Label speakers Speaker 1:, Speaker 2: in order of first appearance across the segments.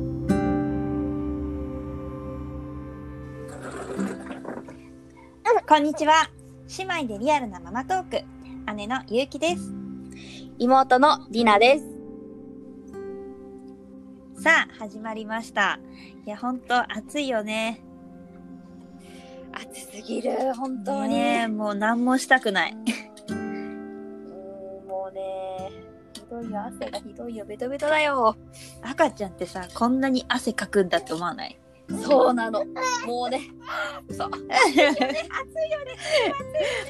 Speaker 1: こんにちは。姉妹でリアルなママトーク、姉のゆうきです。
Speaker 2: 妹のりなです。
Speaker 1: さあ、始まりました。いや、ほんと暑いよね。
Speaker 2: 暑すぎる、本当に。
Speaker 1: ねえもう何もしたくない。
Speaker 2: うんもうね、ひどいよ、汗がひどいよ、ベトベトだよ。
Speaker 1: 赤ちゃんってさ、こんなに汗かくんだって思わない
Speaker 2: そうなの。もうね、 嘘。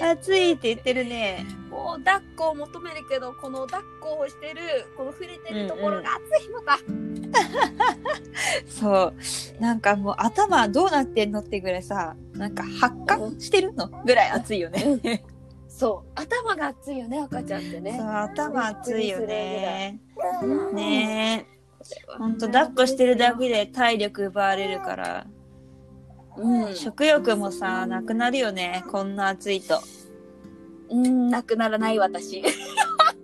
Speaker 1: 暑いって言ってるね。
Speaker 2: もう抱っこを求めるけど、この抱っこをしてる、この触れてるところが暑いのか。
Speaker 1: そう。なんかもう頭どうなってんのってぐらいさ、なんか発火してるのぐらい暑いよね。
Speaker 2: そう、頭が暑いよね、赤ちゃんって
Speaker 1: そう、
Speaker 2: ね。
Speaker 1: 頭暑いよね。
Speaker 2: え。
Speaker 1: ねえ。ほんと抱っこしてるだけで体力奪われるから。
Speaker 2: うん、
Speaker 1: 食欲もさなくなるよねこんな暑いと
Speaker 2: うん、なくならない私。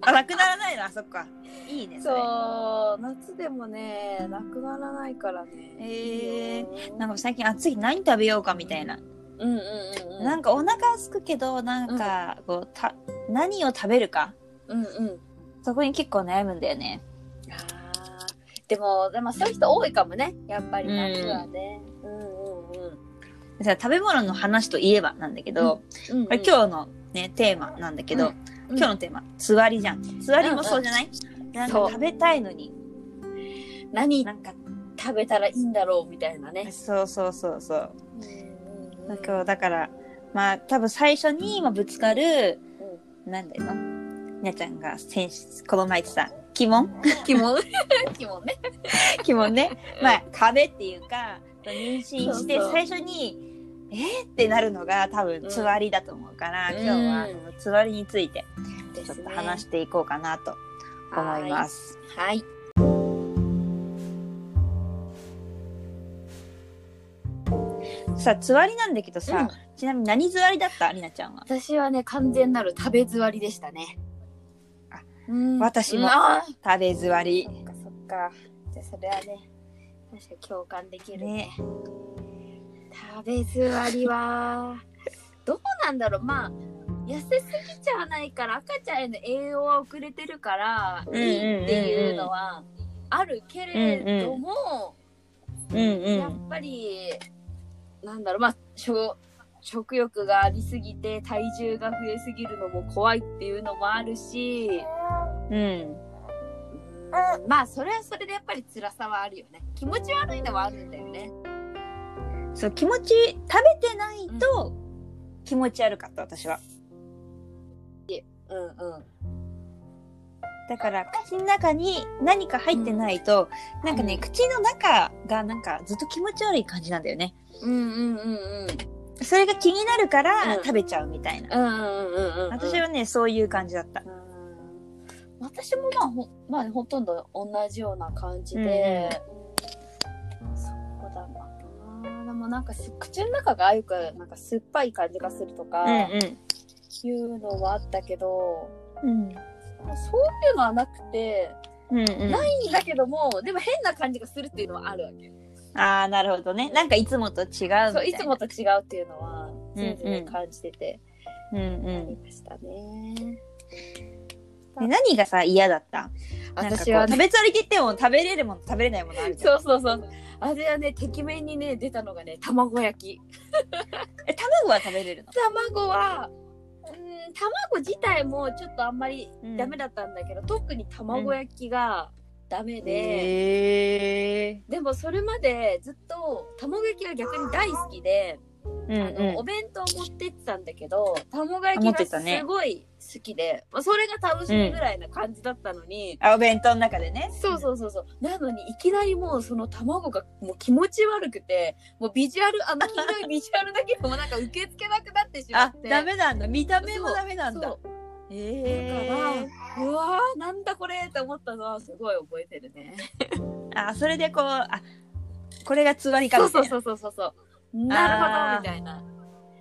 Speaker 1: あなくならないなそっかいいねそれ
Speaker 2: そう、夏でもね、なくならないからね。
Speaker 1: へえ
Speaker 2: いいよ
Speaker 1: なんか最近暑い日何食べようかみたいな、
Speaker 2: うんうんうんうん。
Speaker 1: なんかお腹は空くけどなんかこうた何を食べるか
Speaker 2: うんうん。
Speaker 1: そこに結構悩むんだよね
Speaker 2: ああ。でも、でもそういう人多いかもね。やっぱり夏はね。うんうんうん。
Speaker 1: でさ食べ物の話といえばなんだけど、
Speaker 2: うんうん
Speaker 1: これ今日のねテーマなんだけど、
Speaker 2: うん
Speaker 1: 今日のテーマつわりじゃんつわりもそうじゃない、なんか
Speaker 2: そう
Speaker 1: 食べたいのに
Speaker 2: 何
Speaker 1: なんか
Speaker 2: 食べたらいいんだろうみたいなね。
Speaker 1: そうそうそうそう
Speaker 2: うんうん
Speaker 1: だ
Speaker 2: うん
Speaker 1: からだからまあ多分最初に今ぶつかる、なんだよなみなちゃんが先週この前言ってた鬼 門
Speaker 2: 気も、気もね。
Speaker 1: 鬼門ね まあ壁っていうか妊娠して
Speaker 2: そうそう
Speaker 1: 最初にえーってなるのが多分つわりだと思うから、
Speaker 2: うん
Speaker 1: 今日は
Speaker 2: うん
Speaker 1: そのつわりについてちょっと話
Speaker 2: 話
Speaker 1: していこうかなと思います。
Speaker 2: はい。
Speaker 1: さあつわりなんだけどさ、
Speaker 2: うん
Speaker 1: ちなみに何つわりだったりなちゃんは。
Speaker 2: 私はね、完全なる食べ座りでしたね。
Speaker 1: あ
Speaker 2: うん
Speaker 1: 私も
Speaker 2: うんあー
Speaker 1: 食べつわり
Speaker 2: そ。っかそっか。じゃあそれはね、確かに共感できるね。
Speaker 1: ね。
Speaker 2: 食べ座りはどうなんだろうまあ痩せすぎちゃわないから赤ちゃんへの栄養は遅れてるからい
Speaker 1: うんうんうんうん
Speaker 2: いっていうのはあるけれども、
Speaker 1: うん
Speaker 2: やっぱりなんだろうまあ食食欲がありすぎて体重が増えすぎるのも怖いっていうのもあるし、
Speaker 1: うん。うん
Speaker 2: うんまあそれはそれでやっぱり辛さはあるよね気持ち悪いのはあるんだよね。
Speaker 1: そう気持ち食べてないと気持ち悪かった私は
Speaker 2: うんうん
Speaker 1: だから口の中に何か入ってないと、なんかね、
Speaker 2: うん
Speaker 1: 口の中がなんかずっと気持ち悪い感じなんだよね
Speaker 2: うんうんうんうん
Speaker 1: それが気になるから
Speaker 2: うん
Speaker 1: 食べちゃうみたいな、
Speaker 2: うんうんうんうんうん
Speaker 1: 私はねそういう感じだった
Speaker 2: うん私もまあほ,、まあ、ほとんど同じような感じで、そこだなでもなんかす口の中がああいうかなんか酸っぱい感じがするとか
Speaker 1: うん
Speaker 2: いうのはあったけど、
Speaker 1: うん
Speaker 2: まあそういうのはなくて
Speaker 1: うんうん、
Speaker 2: ないんだけどもでも変な感じがするっていうのはあるわけ
Speaker 1: ああなるほどねなんかいつもと違うみたいな
Speaker 2: そういつもと違うっていうのは常々感じてて
Speaker 1: うん
Speaker 2: あ
Speaker 1: う
Speaker 2: りましたね、
Speaker 1: んで何がさ嫌だった
Speaker 2: 私は
Speaker 1: なんかこう食べつわりって言っても食べれるもの食べれないものあるじゃん
Speaker 2: そうそうそうあれはねてきめんにね出たのがね卵焼き
Speaker 1: え卵は食べれるの
Speaker 2: 卵はうーん卵自体もちょっとあんまり
Speaker 1: うん
Speaker 2: ダメだったんだけど、特に卵焼きがダメで、
Speaker 1: へえ
Speaker 2: でもそれまでずっと卵焼きが逆に大好きで、
Speaker 1: うん
Speaker 2: あのお弁当持ってってたんだけど卵焼き
Speaker 1: 持ってった
Speaker 2: が
Speaker 1: ね
Speaker 2: すごい好きで、まあ、それが楽しみぐらいな感じだったのに、
Speaker 1: あお弁当の中でね
Speaker 2: そうそうそうそうなのにいきなりもうその卵がもう気持ち悪くてもうビジュアルあの黄色いビジュアルだけでもなんか受け付けなくなってしま
Speaker 1: あ
Speaker 2: って、
Speaker 1: ダメなんだ。見た目もダメなん
Speaker 2: そ
Speaker 1: だ
Speaker 2: う。
Speaker 1: え
Speaker 2: うわーなんだこれって思ったのはすごい覚えてるね。
Speaker 1: えあ、それでこう、あ、これがつわりか
Speaker 2: そ
Speaker 1: み
Speaker 2: う
Speaker 1: たい
Speaker 2: そう
Speaker 1: な。
Speaker 2: そうそうそうそう。なる
Speaker 1: あー
Speaker 2: ほどみたいな。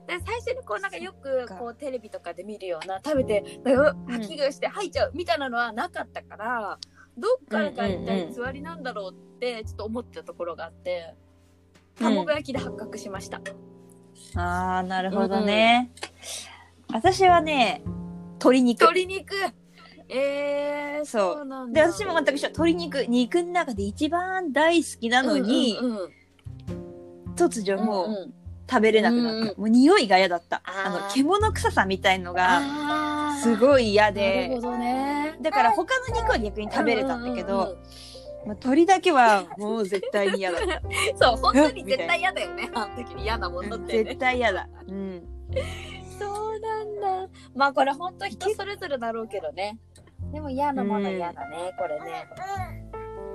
Speaker 2: で最初にこうなんかよ
Speaker 1: っ
Speaker 2: く
Speaker 1: か
Speaker 2: こうテレビとかで見るような食べてなんかう
Speaker 1: うん
Speaker 2: わ吐き気して吐いちゃうみたいなのはなかったからどっからが一
Speaker 1: うんうんう
Speaker 2: 体
Speaker 1: ん
Speaker 2: つわりなんだろうってちょっと思ってたところがあって
Speaker 1: うん
Speaker 2: 卵焼きで発覚しました。
Speaker 1: ああ、なるほどね。私はね、鶏肉。
Speaker 2: 鶏肉えー、
Speaker 1: そう
Speaker 2: うなん
Speaker 1: で、
Speaker 2: だ
Speaker 1: 私も全く一緒。鶏肉。肉の中で一番大好きなのに、
Speaker 2: うんうんうん
Speaker 1: 突如もうう
Speaker 2: ん
Speaker 1: ん食べれなくなった。
Speaker 2: うんうん
Speaker 1: もう匂いが嫌だった。
Speaker 2: あ
Speaker 1: あ
Speaker 2: ー
Speaker 1: の、獣臭さみたいのが、
Speaker 2: あー
Speaker 1: すごい嫌
Speaker 2: なるほ
Speaker 1: で。
Speaker 2: どね
Speaker 1: だから他の肉は逆に食べれたんだけど、
Speaker 2: うう
Speaker 1: まあ、鳥だけはもう絶対に嫌だ。
Speaker 2: うんうんそう本当に絶対嫌だよねあの時に嫌なものって、
Speaker 1: 絶
Speaker 2: ね、
Speaker 1: 対嫌だ。うん。
Speaker 2: そうなんだまあこれ本当人それぞれだろうけどねでも嫌なものは嫌だね、これね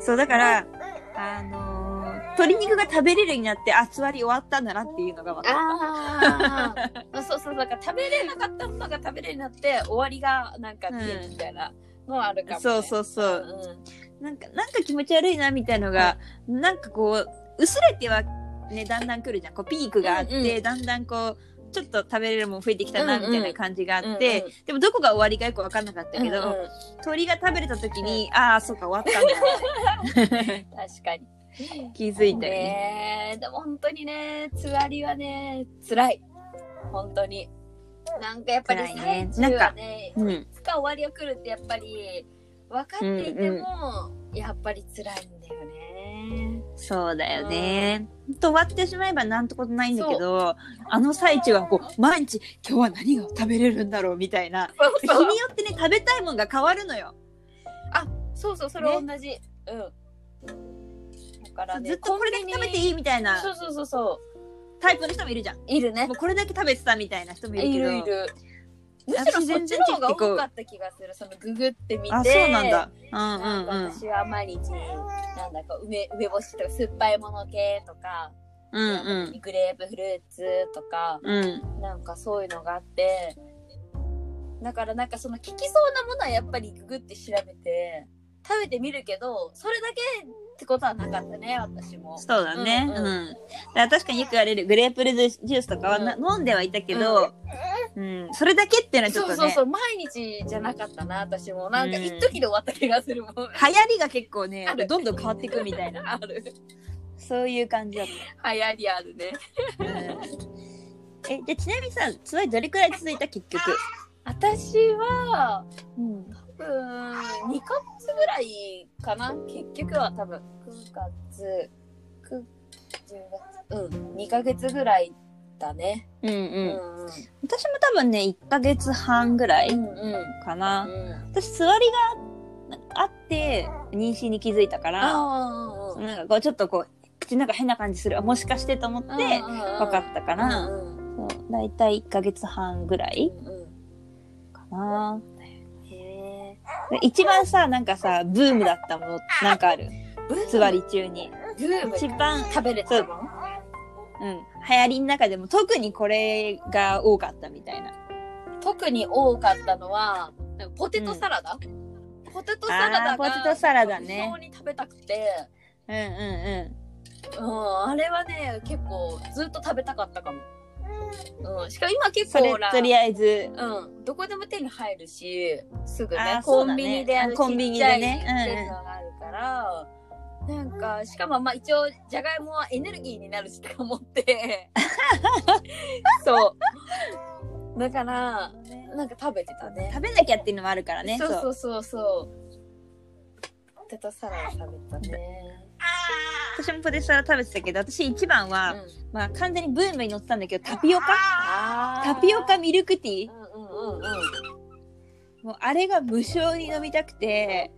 Speaker 1: そう、だから、あのー鶏肉が食べれるようになって、あ、つわり終わったんだなっていうのが分かっ
Speaker 2: ああそうそうだから食べれなかったものが食べれるようになって終わりがなんか見えるみたいなのはあるかも、
Speaker 1: た。
Speaker 2: ね、
Speaker 1: そうそうそ
Speaker 2: うん
Speaker 1: う。なんか、なんか気持ち悪いなみたいのが、なんかこう、薄れてはね、だんだん来るじゃん。こう、ピークがあって、
Speaker 2: うんうん
Speaker 1: だんだんこう、ちょっと食べれるもん増えてきたな、
Speaker 2: うん
Speaker 1: み
Speaker 2: うん
Speaker 1: たいな感じがあって、
Speaker 2: うんうん
Speaker 1: でもどこが終わりかよく分かんなかったけど、
Speaker 2: うんうん
Speaker 1: 鳥が食べれた時に、ああ、そうか、終わったんだ。
Speaker 2: 確かに
Speaker 1: 気づいたよね。
Speaker 2: ねえでも本当にねつわりはね辛い本当になんかやっぱり
Speaker 1: 辛いね
Speaker 2: 最中はね
Speaker 1: うん。
Speaker 2: いつか終わりが来るってやっぱり分かっていても、やっぱり辛いんだよね
Speaker 1: そうだよね。ほんと終わってしまえばなんてことないんだけど、あの最中はこう、毎日今日は何が食べれるんだろうみたいな。日によってね、食べたいもんが変わるのよ。
Speaker 2: そうそうそれは同じ、うんだからね
Speaker 1: ずっとこれだけ食べていいみたいな
Speaker 2: そうそうそうそう
Speaker 1: タイプの人もいるじゃん。
Speaker 2: いるね
Speaker 1: もうこれだけ食べてたみたいな人もいる
Speaker 2: い
Speaker 1: けど。
Speaker 2: るいるむしろそっちの方が多かった気がするそのググってみて
Speaker 1: あ、そうなんだ。
Speaker 2: なんか
Speaker 1: うんうんうん。
Speaker 2: 私は毎日なんだか梅梅干しとか酸っぱいもの系とか、
Speaker 1: うん
Speaker 2: グレープフルーツとか
Speaker 1: うん。うん。
Speaker 2: なんかそういうのがあってだからなんかその効きそうなものはやっぱりググって調べて食べてみるけどそれだけってことはなかったね私も。
Speaker 1: そうだね。
Speaker 2: う
Speaker 1: う
Speaker 2: んうん
Speaker 1: ん。だから確かによく言われるグレープフルーツジュースとかはな、飲んではいたけど、うん、それだけっていうのはちょっ
Speaker 2: そ
Speaker 1: と
Speaker 2: うそう
Speaker 1: ね
Speaker 2: そ、う毎日じゃなかったな私もなんか一時で終わった気がするもん。
Speaker 1: 流行りが結構ね
Speaker 2: ある、
Speaker 1: どんどん変わっていくみたいな。
Speaker 2: ある流
Speaker 1: そういう感じだった。
Speaker 2: 行りあるね。
Speaker 1: え、じゃあちなみにさ、つわりどれくらい続いた結局。
Speaker 2: 私は
Speaker 1: うん。
Speaker 2: うーん2ヶ月ぐらいかな結局は多分9月9 10月うん2ヶ月ぐらいだね
Speaker 1: うん
Speaker 2: う
Speaker 1: うん。
Speaker 2: んうん
Speaker 1: 私も多分ね、1ヶ月半ぐら
Speaker 2: う
Speaker 1: い
Speaker 2: んうん
Speaker 1: かな。
Speaker 2: うん
Speaker 1: 私、つわりがあって、妊娠に気づいたから、
Speaker 2: あ
Speaker 1: なんかこう、ちょっとこう、口の中変な感じする。あもしかしてと思って、
Speaker 2: で
Speaker 1: 分かったか
Speaker 2: なう
Speaker 1: ら、
Speaker 2: ん
Speaker 1: そうだいたい1ヶ月半ぐらい
Speaker 2: うん
Speaker 1: かな。
Speaker 2: へえ
Speaker 1: で一番さ、なんかさ、ブームだったもの、なんかある。つわり中に。
Speaker 2: ブーム
Speaker 1: 一番、
Speaker 2: 食べれたの
Speaker 1: うん、流行りの中でも特にこれが多かったみたいな。
Speaker 2: 特に多かったのはなんかポテトサラダポテトサラダが
Speaker 1: あーポテトサラダね
Speaker 2: 無性に食べたくて
Speaker 1: うんうんう
Speaker 2: うん、あれはね結構ずっと食べたかったかも、うん、しかも今
Speaker 1: ん。
Speaker 2: 結
Speaker 1: それ
Speaker 2: 構ら
Speaker 1: とりあえず、
Speaker 2: うん、どこでも手に入るしすぐね
Speaker 1: あー
Speaker 2: コンビニで
Speaker 1: そうだね
Speaker 2: あの
Speaker 1: コンビニでね
Speaker 2: ちっちゃいちっちゃいのがあるから、なんかしかもまあ一応じゃがいもはエネルギーになるしとか思って そうだからなんか食べてたね
Speaker 1: 食べなきゃっていうのもあるからね。
Speaker 2: そう
Speaker 1: そ
Speaker 2: そううそうそうポテトサラダ食べたね、
Speaker 1: 私もポテサラ食べてたけど、私一番は、
Speaker 2: うん
Speaker 1: まあ完全にブームに乗ってたんだけど、タピオカ
Speaker 2: あ
Speaker 1: タ
Speaker 2: ー
Speaker 1: ピオカミルクティー
Speaker 2: うんうんうんうん
Speaker 1: もうあれが無性に飲みたくて。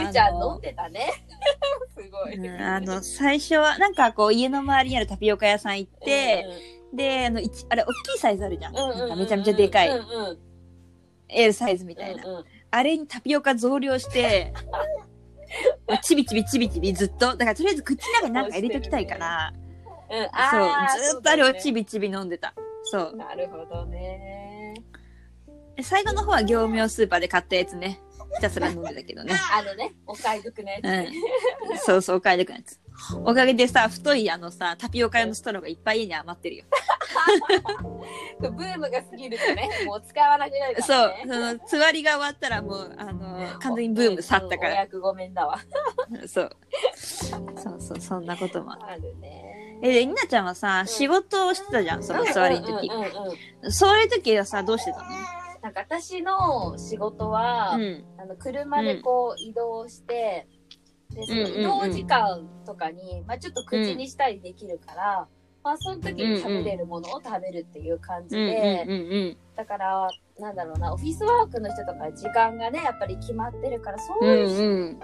Speaker 2: ゆうちゃん飲んでたね。 すごい。
Speaker 1: うんあの、最初は、なんかこう、家の周りにあるタピオカ屋さん行って、で、あの、一あれ、大きいサイズあるじゃん。
Speaker 2: うんうんうんうん、
Speaker 1: なんかめちゃめちゃでかい
Speaker 2: うんうんうん、み
Speaker 1: L サイズみたいな。あれにタピオカ増量 して、もうちびちびちびちびずっと、だからとりあえず口の中になんか入れときたいから、
Speaker 2: うん、
Speaker 1: そう、ずっとあれをち
Speaker 2: び。
Speaker 1: びちび飲んでた。そう。
Speaker 2: なるほどね。
Speaker 1: で最後の方は業務用スーパーで買ったやつね。ひたすら飲んでたけどね。
Speaker 2: あのね、お買い得ね。
Speaker 1: うん。そうそう、おかげでおかげでさ、太いあのさ、タピオカ用のストローがいっぱい家に余ってるよ。
Speaker 2: ブームが過ぎるとね、もう使わなくなるか
Speaker 1: そ
Speaker 2: ら
Speaker 1: う、
Speaker 2: ね。
Speaker 1: その、つわりが終わったらもう、あの、完全にブーム去ったから。
Speaker 2: お役ごめんだわ。
Speaker 1: そう。そうそう、そんなこともあっ
Speaker 2: あるね。
Speaker 1: え、で、ひなちゃんはさ、仕事をしてたじゃん、その座りの時。
Speaker 2: うんうんうんうん
Speaker 1: そういう時はさ、どうしてた
Speaker 2: なんか私の仕事は、
Speaker 1: のうん。
Speaker 2: あの車でこう移動して、でその移動時間とかに、まあ、ちょっと口にしたりできるから、まあ、その時に食べれるものを食べるっていう感じ
Speaker 1: うん
Speaker 2: で、
Speaker 1: うんうんうん。
Speaker 2: だからなんだろうなオフィスワークの人とか時間がねやっぱり決まってるからそう
Speaker 1: う
Speaker 2: いうん
Speaker 1: うん。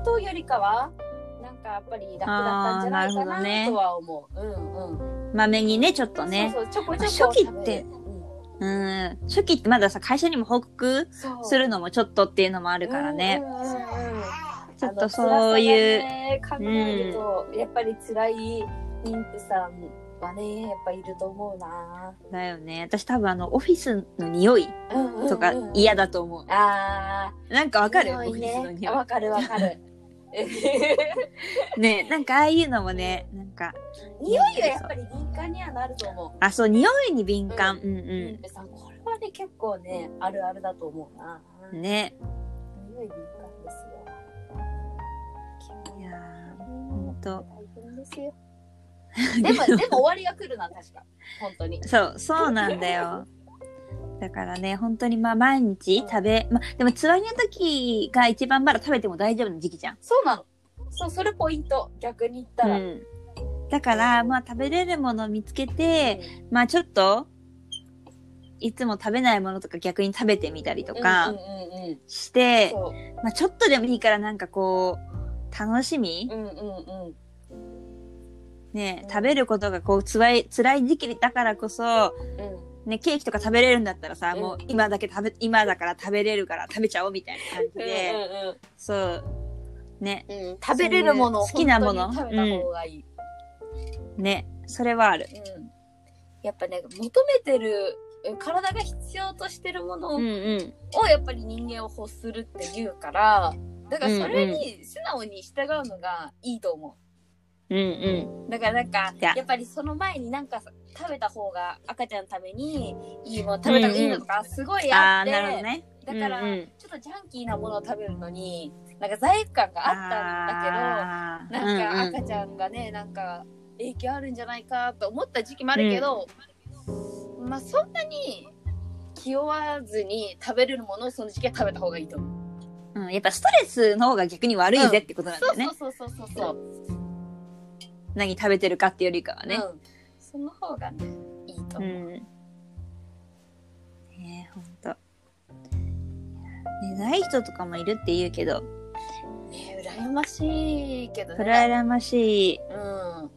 Speaker 2: 人よりかは、なんかやっぱり楽だったんじゃないか
Speaker 1: あーなるほどね
Speaker 2: なとは思う。うんうん。
Speaker 1: まめにね、ちょっとね。
Speaker 2: そうそう、ちょこちょこ
Speaker 1: まあ初期って
Speaker 2: 食べるうん
Speaker 1: うん。初期ってまださ、会社にも報告
Speaker 2: そう
Speaker 1: するのもちょっとっていうのもあるからね。
Speaker 2: うんうんうんうん
Speaker 1: ちょっとそういう
Speaker 2: あの辛さがね考えると、やっぱり辛い妊婦さんはね、やっぱいると思うな。
Speaker 1: だよね。私多分あの、オフィスの匂い
Speaker 2: うんうんうん
Speaker 1: とか嫌だと思
Speaker 2: あ
Speaker 1: う。なんか
Speaker 2: あ、
Speaker 1: わかる
Speaker 2: 匂
Speaker 1: オフ
Speaker 2: い
Speaker 1: ィスの
Speaker 2: ね。
Speaker 1: 匂
Speaker 2: わかるわかる。
Speaker 1: い。ね、なんかああいうのもね、なんか、
Speaker 2: 匂いはやっぱり敏感にはなると思
Speaker 1: あ、そう、匂いに敏感。うん
Speaker 2: う。
Speaker 1: う
Speaker 2: 妊婦さん、これはね、結構ね、あるあるだと思うな。
Speaker 1: ん。ね。
Speaker 2: 匂い敏感ですよ。
Speaker 1: いやー
Speaker 2: 本
Speaker 1: 当
Speaker 2: 大変です よ。でも、でも終わりが来るな、確か。本当に。
Speaker 1: そう、そうなんだよ。だからね、本当にまあ毎日食べ、まあでもつわりの時が一番まだ食べても大丈夫な時期じゃん。
Speaker 2: そうなの。そう、それポイント。逆に言ったら。
Speaker 1: うん。だからまあ食べれるものを見つけて、まあちょっと、いつも食べないものとか逆に食べてみたりと
Speaker 2: うん
Speaker 1: か
Speaker 2: うんうんうん。
Speaker 1: して、
Speaker 2: そう。
Speaker 1: まあちょっとでもいいからなんかこう、楽しみ
Speaker 2: うんうんうん。
Speaker 1: ね
Speaker 2: う、ん
Speaker 1: 食べることがこう、つわい、辛い時期だからこそ、
Speaker 2: うん。
Speaker 1: ね、ケーキとか食べれるんだったらさ、
Speaker 2: うん
Speaker 1: もう今だけ食べ、今だから食べれるから食べちゃおうみたいな感じで、そう。ね、
Speaker 2: うんうんうん。食べれるもの、
Speaker 1: そういう好きなもの
Speaker 2: 本当に食べた方がいい。
Speaker 1: ね、それはある。
Speaker 2: うん。やっぱね、求めてる、うん体が必要としてるものを
Speaker 1: うんうん。
Speaker 2: をやっぱり人間を欲するっていうからだからそれに素直に従うのがいいと思
Speaker 1: うんうん。
Speaker 2: うだからなんか
Speaker 1: いや
Speaker 2: やっぱりその前になんかさ食べた方が赤ちゃんのためにいいもの食べた方がいいのとかすごいあ
Speaker 1: ああ
Speaker 2: っ
Speaker 1: ー、
Speaker 2: て、
Speaker 1: なるほどね。
Speaker 2: だから
Speaker 1: うんう
Speaker 2: ち
Speaker 1: ん
Speaker 2: ょっとジャンキーなものを食べるのになんか罪悪感があ
Speaker 1: あ
Speaker 2: ったんだけ
Speaker 1: ーう
Speaker 2: どな
Speaker 1: んん
Speaker 2: か赤ちゃんがねなんか影響あるんじゃないかと思った時期もあるけど、まあそんなに気負わずに食べれるものをその時期は食べた方がいいと思う。
Speaker 1: うん、うん。やっぱストレスの方が逆に悪いぜってことなんだよね。
Speaker 2: そうそうそうそうそう。
Speaker 1: 何食べてるかっていうよりかはね。
Speaker 2: うん。その方がね、いいと
Speaker 1: う
Speaker 2: 思う。
Speaker 1: ん。ねえ、ほんと。ね、ない人とかもいるって言うけど、
Speaker 2: ね、羨ましいけど
Speaker 1: そ
Speaker 2: ね。
Speaker 1: れは羨ましい。
Speaker 2: うん。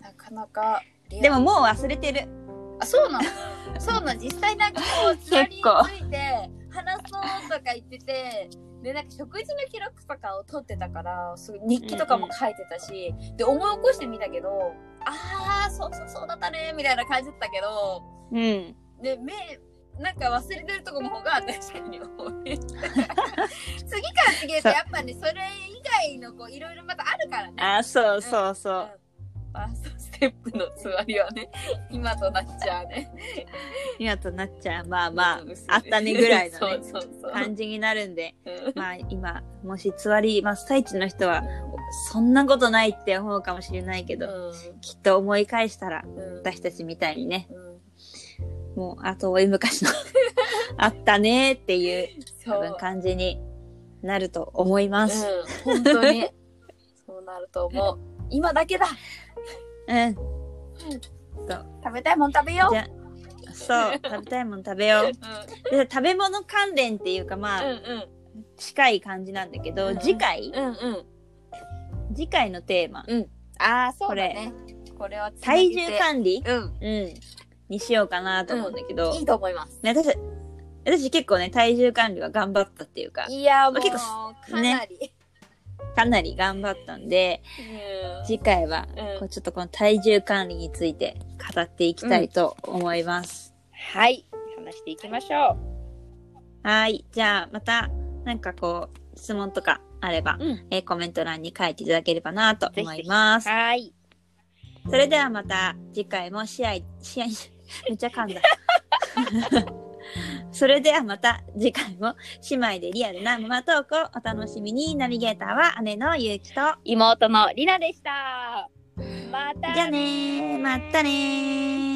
Speaker 2: なかなかリアル。
Speaker 1: でももう忘れてる。
Speaker 2: あ、そうなの。そうなの。実際なんかこう、つわりについて、話そうとか言ってて、で、なんか食事の記録とかを取ってたから、すごい日記とかも書いてたし、で、思い起こしてみたけど、あー、そうそうそうだったね、みたいな感じだったけど、
Speaker 1: うん。
Speaker 2: で目なんか忘れてるとこの方が確かに多 い次から次へと
Speaker 1: そう
Speaker 2: やっぱねそれ以外のこういろいろまたあるからね
Speaker 1: あー、そうそうそうう。
Speaker 2: んファーストステップの座りはね今となっちゃうね
Speaker 1: 今となっちゃん、まあまあ
Speaker 2: うん、嘘
Speaker 1: あったねぐらいのね
Speaker 2: そうそうそう
Speaker 1: 感じになるんで、
Speaker 2: うん
Speaker 1: まあ今、もしつわり真っ最中の人は、そんなことないって思うかもしれないけど、きっと思い返したら、
Speaker 2: うんうん
Speaker 1: 私たちみたいにね、
Speaker 2: うん
Speaker 1: もう、あと大昔 の、あったねっていう、多
Speaker 2: そう
Speaker 1: 分感じになると思います。
Speaker 2: うん本当にそうなると思う今だけだ
Speaker 1: うん。
Speaker 2: 食べたいもん食べよう
Speaker 1: じゃあそう、食べたいもの食べよう。で食べ物関連っていうか、まあ、
Speaker 2: う
Speaker 1: 近い感じなんだけ
Speaker 2: う
Speaker 1: ど、
Speaker 2: ん
Speaker 1: 次回、
Speaker 2: んうんうんうん
Speaker 1: 次回のテーマ、
Speaker 2: ああそうだねこれはつな
Speaker 1: 体
Speaker 2: げて
Speaker 1: 重管理
Speaker 2: うん
Speaker 1: うん。にしようかなと思うんだけど、
Speaker 2: いいと思います。
Speaker 1: ね私、私結構ね、体重管理は頑張ったっていうか、
Speaker 2: いや、もう、
Speaker 1: 結構
Speaker 2: かなり。
Speaker 1: かなり頑張ったんで、次回は、
Speaker 2: うん
Speaker 1: こうちょっとこの体重管理について語っていきたいと思います。
Speaker 2: はい、話していきましょ
Speaker 1: はーい。じゃあ、また、なんかこう、質問とかあれば、
Speaker 2: う。うん、
Speaker 1: えーコメント欄に書いていただければなと思います。
Speaker 2: はい。
Speaker 1: それではまた次回も試合、試合、めっちゃ噛んだ。 それではまた次回も姉妹でリアルなママトークをお楽しみに。ナビゲーターは姉のゆうきと。
Speaker 2: 妹のりなでした。バイバイ。また
Speaker 1: じゃあねーまったねー